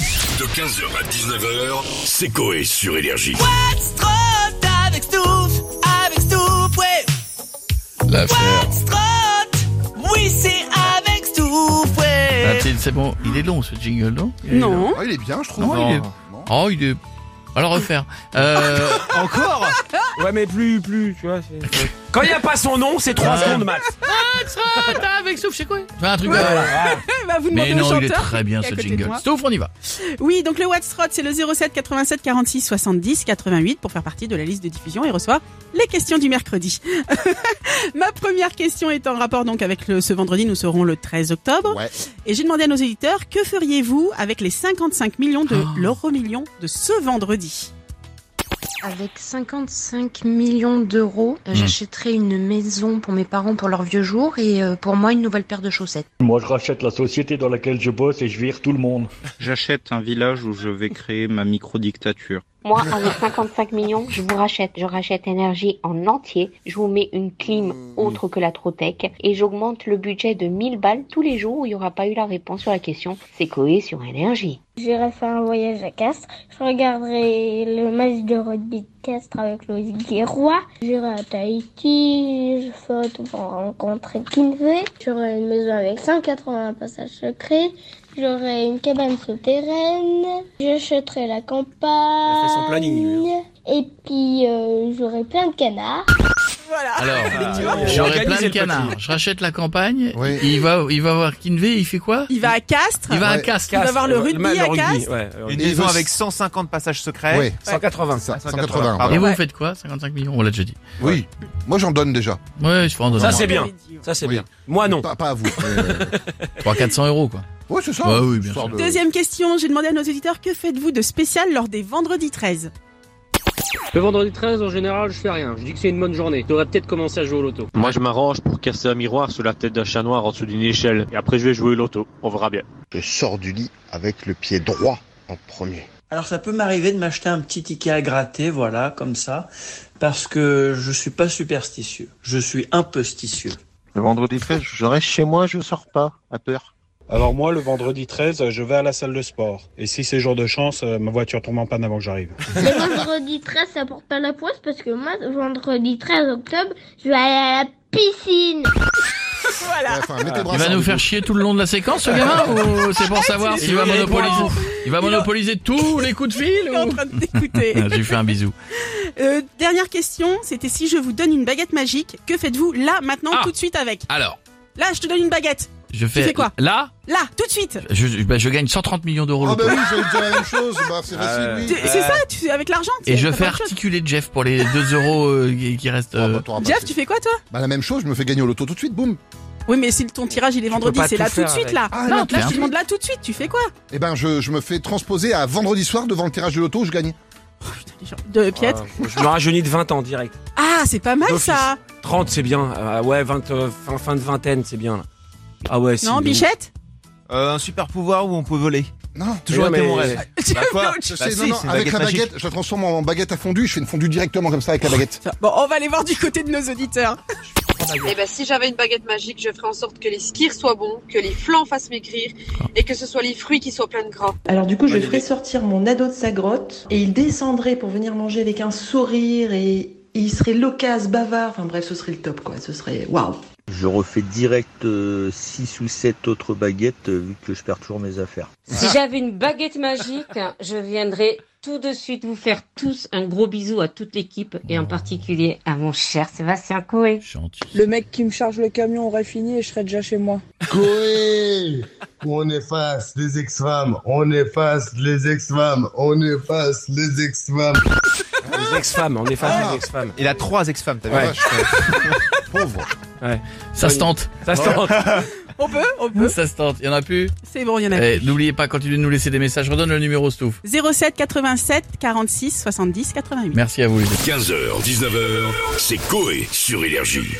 De 15h à 19h, c'est Coé sur Énergie. What's trop avec Stouff, avec Stouff, ouais. L'affaire. What's trop Oui, c'est avec Stouff, ouais. Mathilde, c'est bon. Il est long ce jingle, non Il est long. Oh, il est bien, je trouve. Non, il est- Non. Oh, il est. Alors refaire. Euh, Encore Ouais, Ah, mais plus, plus, tu vois. c'est- Quand il n'y a pas son nom, c'est 3 Ouais. secondes max. tu vois un truc. euh, Bah, vous demandez Mais au non, il est chanteur très bien qui est à ce côté de jingle. moi. Sauf on y va. Oui, donc le Watstrot, c'est le 07 87 46 70 88 pour faire partie de la liste de diffusion et recevoir les questions du mercredi. Ma première question est en rapport donc avec le, ce vendredi, nous serons le 13 octobre. Ouais. Et j'ai demandé à nos éditeurs, que feriez-vous avec les 55 millions Oh. de l'euro million de ce vendredi Avec 55 millions d'euros, euh, j'achèterai une maison pour mes parents pour leur vieux jour et euh, pour moi une nouvelle paire de chaussettes. Moi, je rachète la société dans laquelle je bosse et je vire tout le monde. J'achète un village où je vais créer ma micro-dictature. Moi, avec 55 millions, je vous rachète. Je rachète énergie en entier. Je vous mets une clim autre que la Trotec. Et j'augmente le budget de 1000 balles tous les jours où il n'y aura pas eu la réponse sur la question. C'est Coé sur énergie. J'irai faire un voyage à Castres. Je regarderai le match de rugby de Castres avec Loïc Guérois. J'irai à Tahiti. Je ferai tout pour rencontrer Kinvey. J'aurai une maison avec 180 passages secrets. J'aurai une cabane souterraine. J'achèterai la campagne. Elle fait son planning, lui. hein. Et puis, euh, j'aurai plein de canards. Voilà. Alors, ouais. j'aurais Organisez plein de le petit. canards. Je rachète la campagne. Oui. Il va, il va voir Kinvey. Il fait quoi Il va à Castres. Il va à Ouais. Castres. Il va voir le rugby ma- à rugby, Castres. ouais, le rugby. Et vous- 150 passages secrets. Ouais. 180. Ça, ouais, 180, Et pardon. vous Ouais. faites quoi 55 millions, on l'a déjà dit. Oui. Moi, j'en donne déjà. Ouais, je prends dans Ça, c'est bien. dit, ouais. Ça, c'est Oui. bien. Moi, non. Pas, pas à vous. Euh, 3 400 euros, quoi. Ouais, c'est ça. Ouais, oui, bien Histoire sûr. de- Deuxième question, j'ai demandé à nos éditeurs, que faites-vous de spécial lors des vendredis 13 Le vendredi 13, en général, je fais rien. Je dis que c'est une bonne journée. J'aurais peut-être commencé à jouer au loto. Moi, je m'arrange pour casser un miroir sous la tête d'un chat noir en dessous d'une échelle. Et après, je vais jouer au loto. On verra bien. Je sors du lit avec le pied droit en premier. Alors ça peut m'arriver de m'acheter un petit ticket à gratter, voilà, comme ça, parce que je suis pas superstitieux, je suis impostitieux. Le vendredi 13, je reste chez moi, je sors pas, à peur. Alors moi, le vendredi 13, je vais à la salle de sport. Et si c'est jour de chance, euh, ma voiture tombe en panne avant que j'arrive. Le vendredi 13, ça porte pas la poisse parce que moi, vendredi 13 octobre, je vais aller à la piscine. Ouais, enfin, mettez le Il va brassard, nous du faire coup. chier tout le long de la séquence, ce gamin ou c'est pour savoir s'il va Il est monopoliser, bon. il va monopoliser tous les coups de Il fil est en ou... train de t'écouter. Ah, J'ai fait un bisou. Euh, dernière question, c'était si je vous donne une baguette magique, que faites-vous là, maintenant, Ah. tout de suite avec Alors, Là, je te donne une baguette. je fais. fais quoi Là, Là, tout de suite. je, je- bah, je gagne 130 millions d'euros. Ah, loto. bah oui, j'ai dit la même chose. Bah, c'est Ah, facile, Tu- oui. ouais. C'est ça, tu, avec l'argent. Euh, Et tu- je t'as fais pas autre chose. articuler Jeff pour les 2 euros euh, qui qui restent. Ah, euh, bah, t'auras pas Jeff, fait. tu fais quoi, toi Bah, la même chose, je me fais gagner au loto tout de suite, boum. Oui, mais si ton tirage, il est vendredi, pas c'est tout là tout de faire suite, avec. là. Ah, non, Là, tu je fais te demande là tout de suite, tu fais quoi Eh ben, je, je me fais transposer à vendredi soir devant le tirage du loto, je gagne. Oh, De Pietre. Ah, je me rajeunis de 20 ans direct. Ah, c'est pas mal, D'office. ça. 30, c'est bien. Ah ouais, 20, euh, fin, fin de vingtaine, c'est bien. Là. Ah ouais, si. Non, mais- Bichette Euh, un super pouvoir où on peut voler. Non. Toujours été mon rêve. Bah, quoi Bah Je sais, non, non, avec la baguette, je la transforme en baguette à fondue, je fais une fondue directement comme ça avec la baguette. Bon, on va aller voir du côté de nos auditeurs. Eh ben, si j'avais une baguette magique, je ferais en sorte que les skirs soient bons, que les flancs fassent maigrir et que ce soit les fruits qui soient pleins de gras. Alors du coup, je Bonne ferai idée. sortir mon ado de sa grotte et il descendrait pour venir manger avec un sourire et, et il serait loquace, bavard. Enfin bref, ce serait le top quoi, ce serait waouh. Je refais direct 6 ou 7 autres baguettes, euh, vu que je perds toujours mes affaires. Si j'avais une baguette magique, je viendrais tout de suite vous faire tous un gros bisou à toute l'équipe et en particulier à mon cher Sébastien Coé. Gentil. Le mec qui me charge le camion aurait fini et je serais déjà chez moi. Coé On efface les ex-femmes, on efface les ex-femmes, on efface les ex-femmes. Les ex-femmes, on est fan Ah. des ex-femmes. Il a trois ex-femmes, t'as Ouais. Ah, je- Pauvre. Ça se tente, Ça se tente. On peut On peut. ça se tente. Il y en a plus. C'est bon, il y en a Eh, N'oubliez pas, continuez de nous laisser des messages. Redonne le numéro Stouff. plus. 07 87 46 70 88. Merci à vous les amis. 15h, 19h, c'est Coé sur Énergie.